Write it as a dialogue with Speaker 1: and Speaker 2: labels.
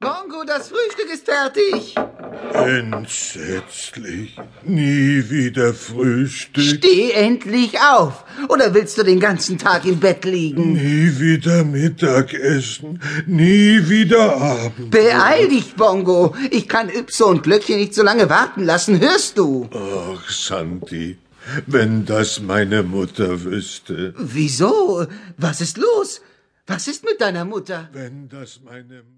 Speaker 1: Bongo, das Frühstück ist fertig.
Speaker 2: Entsetzlich. Nie wieder Frühstück.
Speaker 1: Steh endlich auf. Oder willst du den ganzen Tag im Bett liegen?
Speaker 2: Nie wieder Mittagessen. Nie wieder Abend.
Speaker 1: Beeil dich, Bongo. Ich kann Ypso und Glöckchen nicht so lange warten lassen, hörst du?
Speaker 2: Ach, Santi, wenn das meine Mutter wüsste.
Speaker 1: Wieso? Was ist los? Was ist mit deiner Mutter?
Speaker 2: Wenn das meine